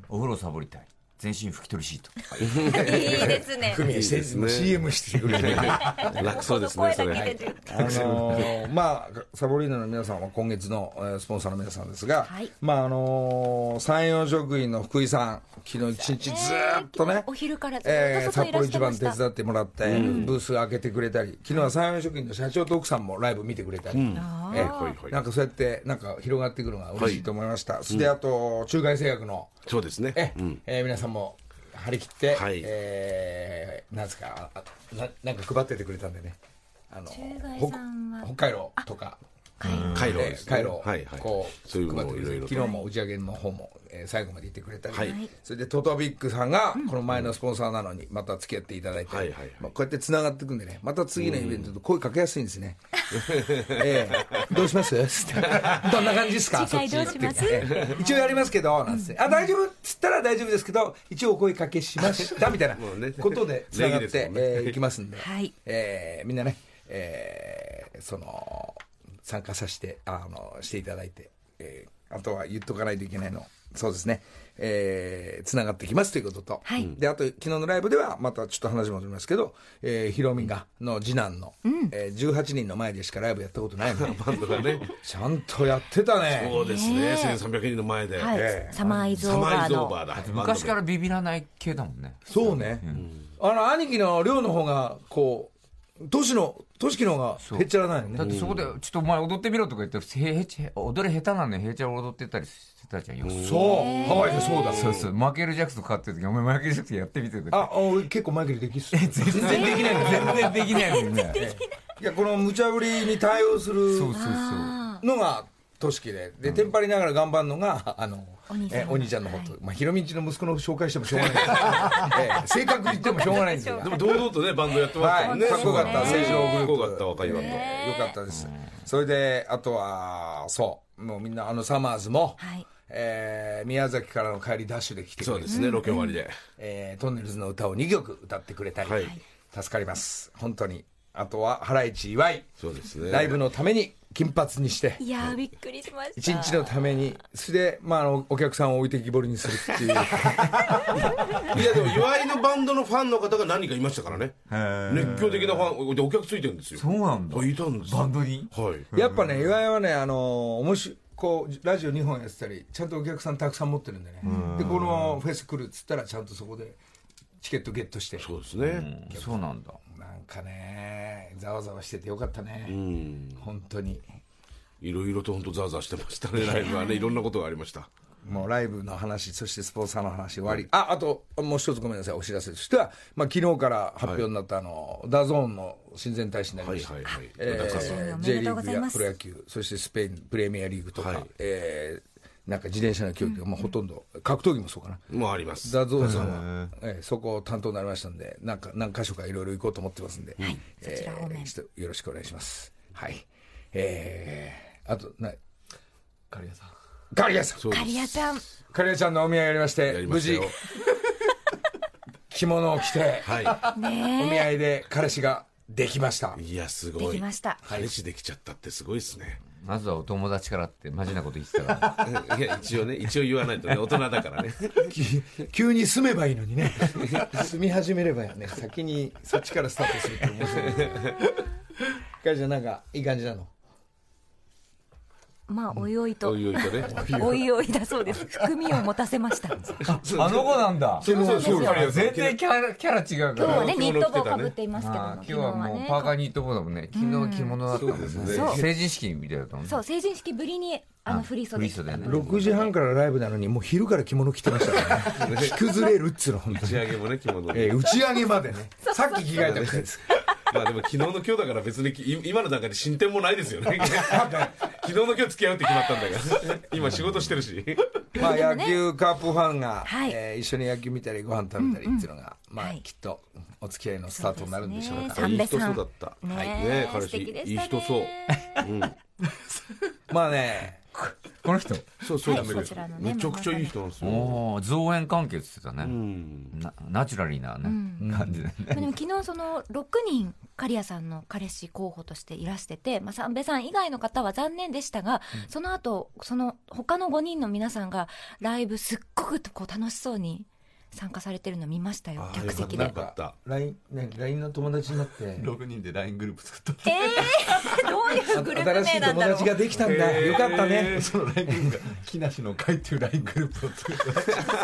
[SPEAKER 2] お風呂サボりたい。全身拭き取りシート。
[SPEAKER 5] いいですね。
[SPEAKER 1] 組合して [laughs] るの CM してくれてる
[SPEAKER 3] 楽そうですね、
[SPEAKER 5] 声
[SPEAKER 3] そ
[SPEAKER 5] だ
[SPEAKER 3] れ。
[SPEAKER 5] け
[SPEAKER 3] は
[SPEAKER 5] 出
[SPEAKER 3] い
[SPEAKER 5] てる。
[SPEAKER 1] あのーまあ、サボリーナの皆さんは今月のえースポンサーの皆さんですが、
[SPEAKER 5] はい
[SPEAKER 1] まああのー、山陽職員の福井さん、昨日一日ずーっとね、
[SPEAKER 5] お昼からず
[SPEAKER 1] え
[SPEAKER 5] っ
[SPEAKER 1] ー
[SPEAKER 5] とそこ
[SPEAKER 1] 札
[SPEAKER 5] いら
[SPEAKER 1] 幌
[SPEAKER 5] っ
[SPEAKER 1] 一
[SPEAKER 5] しゃいま
[SPEAKER 1] 番
[SPEAKER 5] し
[SPEAKER 1] 手
[SPEAKER 5] た。
[SPEAKER 1] 伝ってもらって、ブース開けてくれたり、昨日は山陽職員の社長と奥さんもライブ見てくれたり、えー
[SPEAKER 3] はいはい
[SPEAKER 1] なんかそうやってなんか広がっていくのが嬉しいと思いました、そしてあと、中外製薬の、
[SPEAKER 3] そうですね。
[SPEAKER 1] ええー皆さんも張り切って、
[SPEAKER 3] はい
[SPEAKER 1] えーなんですかあな、なんか配っててくれたんでね、あの
[SPEAKER 5] 外さんは
[SPEAKER 1] 北北海道とか。
[SPEAKER 3] カイロ
[SPEAKER 1] え
[SPEAKER 3] で
[SPEAKER 1] ー
[SPEAKER 3] すね。
[SPEAKER 1] 回路を
[SPEAKER 3] はいはい。
[SPEAKER 1] こう
[SPEAKER 3] そういう
[SPEAKER 1] 配
[SPEAKER 3] の
[SPEAKER 1] っ
[SPEAKER 3] を
[SPEAKER 1] て
[SPEAKER 3] い
[SPEAKER 1] く
[SPEAKER 3] ろいろ
[SPEAKER 1] れて
[SPEAKER 3] と。
[SPEAKER 1] 昨日も打ち上げの方もえー最後まで行ってくれたり、
[SPEAKER 3] はい
[SPEAKER 1] それでトトビックさんがこの前のスポンサーなのにまた付き合っていただいて、
[SPEAKER 3] はいはいはい
[SPEAKER 1] まあ、こうやってつながっていくんでねまた次のイベントで声かけやすいんです
[SPEAKER 3] [laughs]
[SPEAKER 1] ね「ええどうします?」 [laughs] つって「どんな感じですか?」
[SPEAKER 5] 次回どうします
[SPEAKER 1] そっちってええ一応やりますけど」なんつって「あ大丈夫」っつったら大丈夫ですけど一応お声かけしま
[SPEAKER 3] [laughs]
[SPEAKER 1] したみたいな
[SPEAKER 3] うね
[SPEAKER 1] ことでつながっ
[SPEAKER 3] 礼儀で
[SPEAKER 1] て、
[SPEAKER 3] すもんね
[SPEAKER 1] えーいきますんで。
[SPEAKER 5] はい
[SPEAKER 1] えーみんなね、えーその参加させてあのしていただいて、えーあとは言っとかないといけないのそうですねえーつながってきますということと、
[SPEAKER 5] はい
[SPEAKER 1] であと昨日のライブではまたちょっと話戻りますけど、えーヒロミがの次男の、えー18人の前でしかライブやったことない
[SPEAKER 5] [laughs]
[SPEAKER 1] ので
[SPEAKER 3] バンドがね。
[SPEAKER 1] ちゃんとやってたね
[SPEAKER 3] そうですね。1300人の前で。
[SPEAKER 5] はい。サマーイズ
[SPEAKER 3] サ
[SPEAKER 5] オー
[SPEAKER 3] マー
[SPEAKER 5] バ
[SPEAKER 3] イ
[SPEAKER 5] ー
[SPEAKER 3] ズオ
[SPEAKER 5] の
[SPEAKER 3] ー。バーだ。
[SPEAKER 2] 昔からビビらない系だもんね。
[SPEAKER 1] そうね、あの兄貴の亮の方がこうトシのトシキの方がへっちゃらないよね
[SPEAKER 2] だってそこで、ちょっとお前踊ってみろとか言って、へへち踊り下手なのに平ちゃん踊ってたりしてたじゃんよ。
[SPEAKER 1] そうハワイでそうだ
[SPEAKER 2] そうそう、マイケル・ジャクソン買ってる時、お前マイケル・ジャクソンやってみてくれて。
[SPEAKER 1] あ、俺結構マイケルできっす。
[SPEAKER 2] 全然できないの全然できないのにね。
[SPEAKER 1] いや、この無茶ぶりに対応する
[SPEAKER 2] [laughs] そうそうそう。
[SPEAKER 1] のが、としきで。で、テンパりながら頑張るのが、あの、
[SPEAKER 5] お兄さん
[SPEAKER 1] えお兄ちゃんのこと。まあ、ヒロミんちの息子の紹介してもしょうがないです。え性格言ってもしょうが
[SPEAKER 5] [laughs]
[SPEAKER 1] ないんですよ。
[SPEAKER 3] でも堂々とね、バンドやってましたも
[SPEAKER 1] は
[SPEAKER 3] ん
[SPEAKER 1] い、
[SPEAKER 3] ね。
[SPEAKER 1] かっこよかった、成城グループ。
[SPEAKER 3] かっこよかった若いバンド
[SPEAKER 1] えーよかったです。それで、あとは、そう、もうみんな、あの、サマーズも、
[SPEAKER 5] はい
[SPEAKER 1] えー宮崎からの帰りダッシュで来てくれて
[SPEAKER 3] そうですね、ロケ終わりで。
[SPEAKER 1] えートンネルズの歌を2曲歌ってくれたり、
[SPEAKER 3] はい
[SPEAKER 1] 助かります本当にあとはハライチ祝い
[SPEAKER 3] そうですね。
[SPEAKER 1] ライブのために金髪にして
[SPEAKER 5] いやー、びっくりしました。
[SPEAKER 1] 一日のためにそれで、まあ、あのお客さんを置いてきぼりにするっ
[SPEAKER 3] [laughs]
[SPEAKER 1] ていう
[SPEAKER 3] いやでも岩井のバンドのファンの方が何人かいましたからね熱狂的なファンでお客ついてるんですよ
[SPEAKER 2] そうなんだ
[SPEAKER 3] あいたんですよ
[SPEAKER 2] バンドに
[SPEAKER 3] はい
[SPEAKER 1] やっぱね岩井はねあのもしこうラジオ2本やってたりちゃんとお客さんたくさん持ってるんでねでこのフェス来るっつったらちゃんとそこでチケットゲットして
[SPEAKER 3] そうですね
[SPEAKER 2] そうなんだ。
[SPEAKER 1] なんかねざわざわしててよかったね、
[SPEAKER 3] うん
[SPEAKER 1] 本当に
[SPEAKER 3] いろいろと本当ざわざわしてまし
[SPEAKER 1] [laughs]
[SPEAKER 3] たねライブはねいろんなことがありました
[SPEAKER 1] もうライブの話、そしてスポンサーの話終わり。あ、あと、もう一つごめんなさい、お知らせとしては、まあ、昨日から発表になった、あの、ダゾーンの親善大使になり
[SPEAKER 3] は
[SPEAKER 1] ま
[SPEAKER 3] い
[SPEAKER 1] した。
[SPEAKER 3] はいはい
[SPEAKER 1] え
[SPEAKER 3] なんか
[SPEAKER 5] そう
[SPEAKER 1] ー
[SPEAKER 5] おめ
[SPEAKER 1] J
[SPEAKER 5] で
[SPEAKER 1] リ
[SPEAKER 5] と
[SPEAKER 1] ー
[SPEAKER 5] うご
[SPEAKER 1] グ
[SPEAKER 5] ざい
[SPEAKER 1] や
[SPEAKER 5] ます
[SPEAKER 1] プロ野球、そしてスペインプレミアリーグとか、
[SPEAKER 3] はい
[SPEAKER 1] えーなんか自転車の競技が、まあ、ほとんど、格闘技もそうかな。
[SPEAKER 3] もうあります
[SPEAKER 1] ダゾーンさんは、えーそこを担当になりましたんで、なんか何箇所かいろいろ行こうと思ってますんで、えー
[SPEAKER 5] そちら方面
[SPEAKER 1] ちょっとよろしくお願いします。はい。えー、あと、な、
[SPEAKER 4] 刈谷さん
[SPEAKER 1] カリアさん。
[SPEAKER 3] そうで
[SPEAKER 5] カ
[SPEAKER 3] す
[SPEAKER 5] リアちゃん、
[SPEAKER 1] カリアちゃんのお見合いやりまし
[SPEAKER 3] や
[SPEAKER 1] て、
[SPEAKER 3] りま
[SPEAKER 1] 無
[SPEAKER 3] した
[SPEAKER 1] 事
[SPEAKER 3] よ、
[SPEAKER 1] 着物を着て、
[SPEAKER 3] は
[SPEAKER 1] お見合いで彼氏ができました [laughs]
[SPEAKER 3] い。いやす
[SPEAKER 5] で
[SPEAKER 3] ご
[SPEAKER 5] き
[SPEAKER 3] い
[SPEAKER 5] ました。
[SPEAKER 3] 彼氏できちゃったってすごいですね
[SPEAKER 2] まずはお友達からって、マジなこと言ってた [laughs] から。
[SPEAKER 3] いや一応ね一応言わないとね大人だからね
[SPEAKER 1] き急に住めばいいのにね [laughs] 住み始めればね先にそっちからスタートするって面白いねカリアちゃんなんかいい感じなの
[SPEAKER 5] まあ、おいおいと
[SPEAKER 3] そう。いうとね
[SPEAKER 5] おいおいだそうです。含みを持たせました。
[SPEAKER 2] あの子なんだ。
[SPEAKER 3] そうそうそう
[SPEAKER 2] いや全然キャラ、キャラ違うか
[SPEAKER 5] 今日は
[SPEAKER 2] ら。
[SPEAKER 5] ね、
[SPEAKER 3] 着
[SPEAKER 5] ニ
[SPEAKER 3] 物
[SPEAKER 5] ット
[SPEAKER 3] 着てたね
[SPEAKER 5] 帽かぶっていますけども
[SPEAKER 2] あ、ー今日はもうパーカーに行っとこうだもんね。昨日着物だったもんね。成人式みたいだったもんね。
[SPEAKER 5] そう、成人式ぶりに、あの、振り袖。
[SPEAKER 2] リストでね。
[SPEAKER 1] 6時半からライブなのにもう昼から着物着てましたからね [laughs] 着崩れるっつうの本当
[SPEAKER 3] 打
[SPEAKER 1] に
[SPEAKER 3] ち上げもね着物
[SPEAKER 1] え
[SPEAKER 3] で
[SPEAKER 1] ー打ち上げまでねさっき着替えたみたいです
[SPEAKER 3] まあでも昨日の今日だから別にい今の段階で進展もないですよ [laughs] ね昨日の今日付き合うって決まったんだから今仕事してるし
[SPEAKER 1] まあ野球カープファンが、
[SPEAKER 5] はい
[SPEAKER 1] えー一緒に野球見たりご飯食べたりっていうのが、まあ
[SPEAKER 5] はい
[SPEAKER 1] きっとお付き合いのスタートになるんでしょうか
[SPEAKER 5] そうですね三
[SPEAKER 3] いい
[SPEAKER 5] 瓶
[SPEAKER 3] 人
[SPEAKER 5] さん
[SPEAKER 3] そうだった
[SPEAKER 5] ね
[SPEAKER 3] はい
[SPEAKER 5] え
[SPEAKER 3] ねえ彼
[SPEAKER 5] 素
[SPEAKER 3] 氏
[SPEAKER 5] 敵で
[SPEAKER 3] いい
[SPEAKER 5] したね
[SPEAKER 3] 人
[SPEAKER 5] [laughs]
[SPEAKER 3] そう
[SPEAKER 1] まあね
[SPEAKER 2] この人。
[SPEAKER 3] そうそうです、
[SPEAKER 5] はいこちらのね
[SPEAKER 3] めちゃくちゃいい人なんですよ
[SPEAKER 2] おお造園関係って言ってたね。なナチュラリーなね、感じで
[SPEAKER 5] まあでも昨日その6人刈谷さんの彼氏候補としていらしてて、まあ、三瓶さん以外の方は残念でしたが、その後その他の5人の皆さんがライブすっごくこう楽しそうに参加されてるの見ましたよ
[SPEAKER 3] あー
[SPEAKER 5] 客席
[SPEAKER 3] よ
[SPEAKER 5] で
[SPEAKER 3] かったよかっ
[SPEAKER 1] LINE ね LINE の友達になって
[SPEAKER 6] 6人で LINE グループ作った。
[SPEAKER 5] えー、どういうグループ
[SPEAKER 1] 新し
[SPEAKER 5] 名
[SPEAKER 1] い
[SPEAKER 5] なん
[SPEAKER 1] 友
[SPEAKER 5] だろう
[SPEAKER 1] 達ができたんだよかったね
[SPEAKER 6] その LINE グループが、木梨の会っていう LINE グループを作っ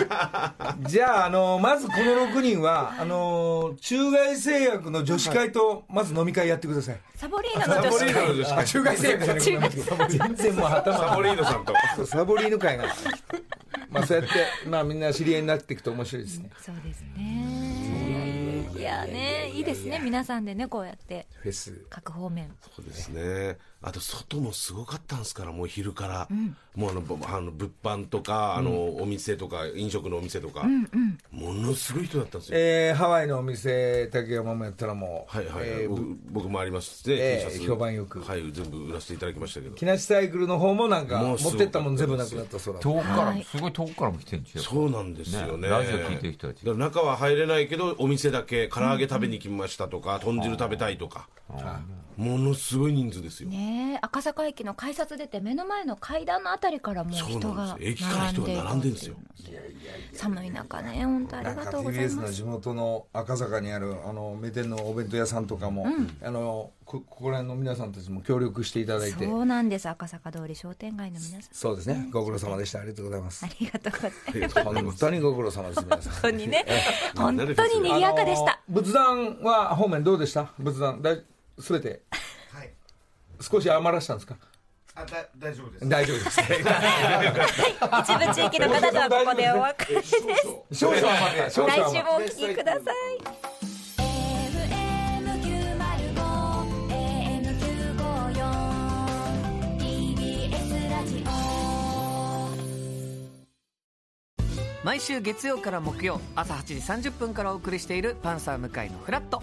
[SPEAKER 6] た。
[SPEAKER 1] じゃあ、あのまずこの6人は、あの中外製薬の女子会と、まず飲み会やってください。
[SPEAKER 5] サボリーナの女子
[SPEAKER 3] た
[SPEAKER 5] 会
[SPEAKER 1] あ中外製薬じゃなくてごめんなさい、全然もう頭
[SPEAKER 3] サ
[SPEAKER 1] が
[SPEAKER 3] ボリーノさんと
[SPEAKER 1] そうサボリーヌ会が。まあ、そうやって、まあ、みんな知り合いになっていくと面白いですね。
[SPEAKER 5] そうですねいやねいいですね皆さんでねこうやって
[SPEAKER 1] フェス。
[SPEAKER 5] 各方面
[SPEAKER 3] そうですね。あと、外もすごかったんですから、もう昼から。もうあの、ぼあの物販とか、あの、お店とか、飲食のお店とか、ものすごい人だったんですよ。
[SPEAKER 1] えーハワイのお店、竹山もやったらもう、
[SPEAKER 3] はいはいはい、
[SPEAKER 1] えー
[SPEAKER 3] 僕僕もありますしね、
[SPEAKER 1] ええ
[SPEAKER 3] T シャツ
[SPEAKER 1] 評判よく
[SPEAKER 3] はい、全部売らせていただきましたけど。
[SPEAKER 1] 木梨サイクルの方もなんか、
[SPEAKER 3] もうす
[SPEAKER 1] 持
[SPEAKER 3] ご
[SPEAKER 1] って
[SPEAKER 3] か
[SPEAKER 1] っ
[SPEAKER 3] ったです
[SPEAKER 1] たもん全部なくなったそうなんで
[SPEAKER 2] 遠くから
[SPEAKER 5] はい
[SPEAKER 2] も、すごい遠くからも来てるんですよ。
[SPEAKER 3] そうなんですよ
[SPEAKER 2] ね
[SPEAKER 3] ね。
[SPEAKER 2] ラジオ聞いてる人たち
[SPEAKER 3] だから中は入れないけど、お店だけ、唐揚げ食べに来ましたとか、豚汁食べたいとか、ものすごい人数ですよ。
[SPEAKER 5] ねえ赤坂駅の改札出て目の前の階段のあたりからもう
[SPEAKER 3] そう
[SPEAKER 5] 人
[SPEAKER 3] な
[SPEAKER 5] が
[SPEAKER 3] んですよ。駅から人が並んでるんですよ。
[SPEAKER 5] 寒い中ね本当あ
[SPEAKER 1] な
[SPEAKER 5] り
[SPEAKER 1] ん
[SPEAKER 5] が
[SPEAKER 1] か
[SPEAKER 5] とうござい
[SPEAKER 1] TBS
[SPEAKER 5] ま
[SPEAKER 1] の
[SPEAKER 5] す
[SPEAKER 1] 地元の赤坂にあるあの名店のお弁当屋さんとかも、あのこここら辺の皆さんたちも協力していただいて
[SPEAKER 5] そうなんです赤坂通り商店街の皆さん
[SPEAKER 1] そうですね。ご苦労様でした。ありがとうございます
[SPEAKER 5] あ。りがとうございます
[SPEAKER 1] 本当にご苦労様です、皆さん。
[SPEAKER 5] 本当にね本当に賑やかでした
[SPEAKER 1] あのー仏壇は方面どうでした仏壇、だいすべて
[SPEAKER 7] はい。
[SPEAKER 1] 少し余らしたんですか
[SPEAKER 7] あ、だ、大丈夫です。
[SPEAKER 1] 大丈夫です。
[SPEAKER 5] 一部地域の方とはここでお別れです
[SPEAKER 1] 少々余った。少々
[SPEAKER 5] 来
[SPEAKER 1] 余
[SPEAKER 5] 週
[SPEAKER 1] った。
[SPEAKER 5] もお聞きください
[SPEAKER 8] TBS ラジ
[SPEAKER 9] 毎週月曜から木曜朝8時30分からお送りしている「パンサー向井のフラット」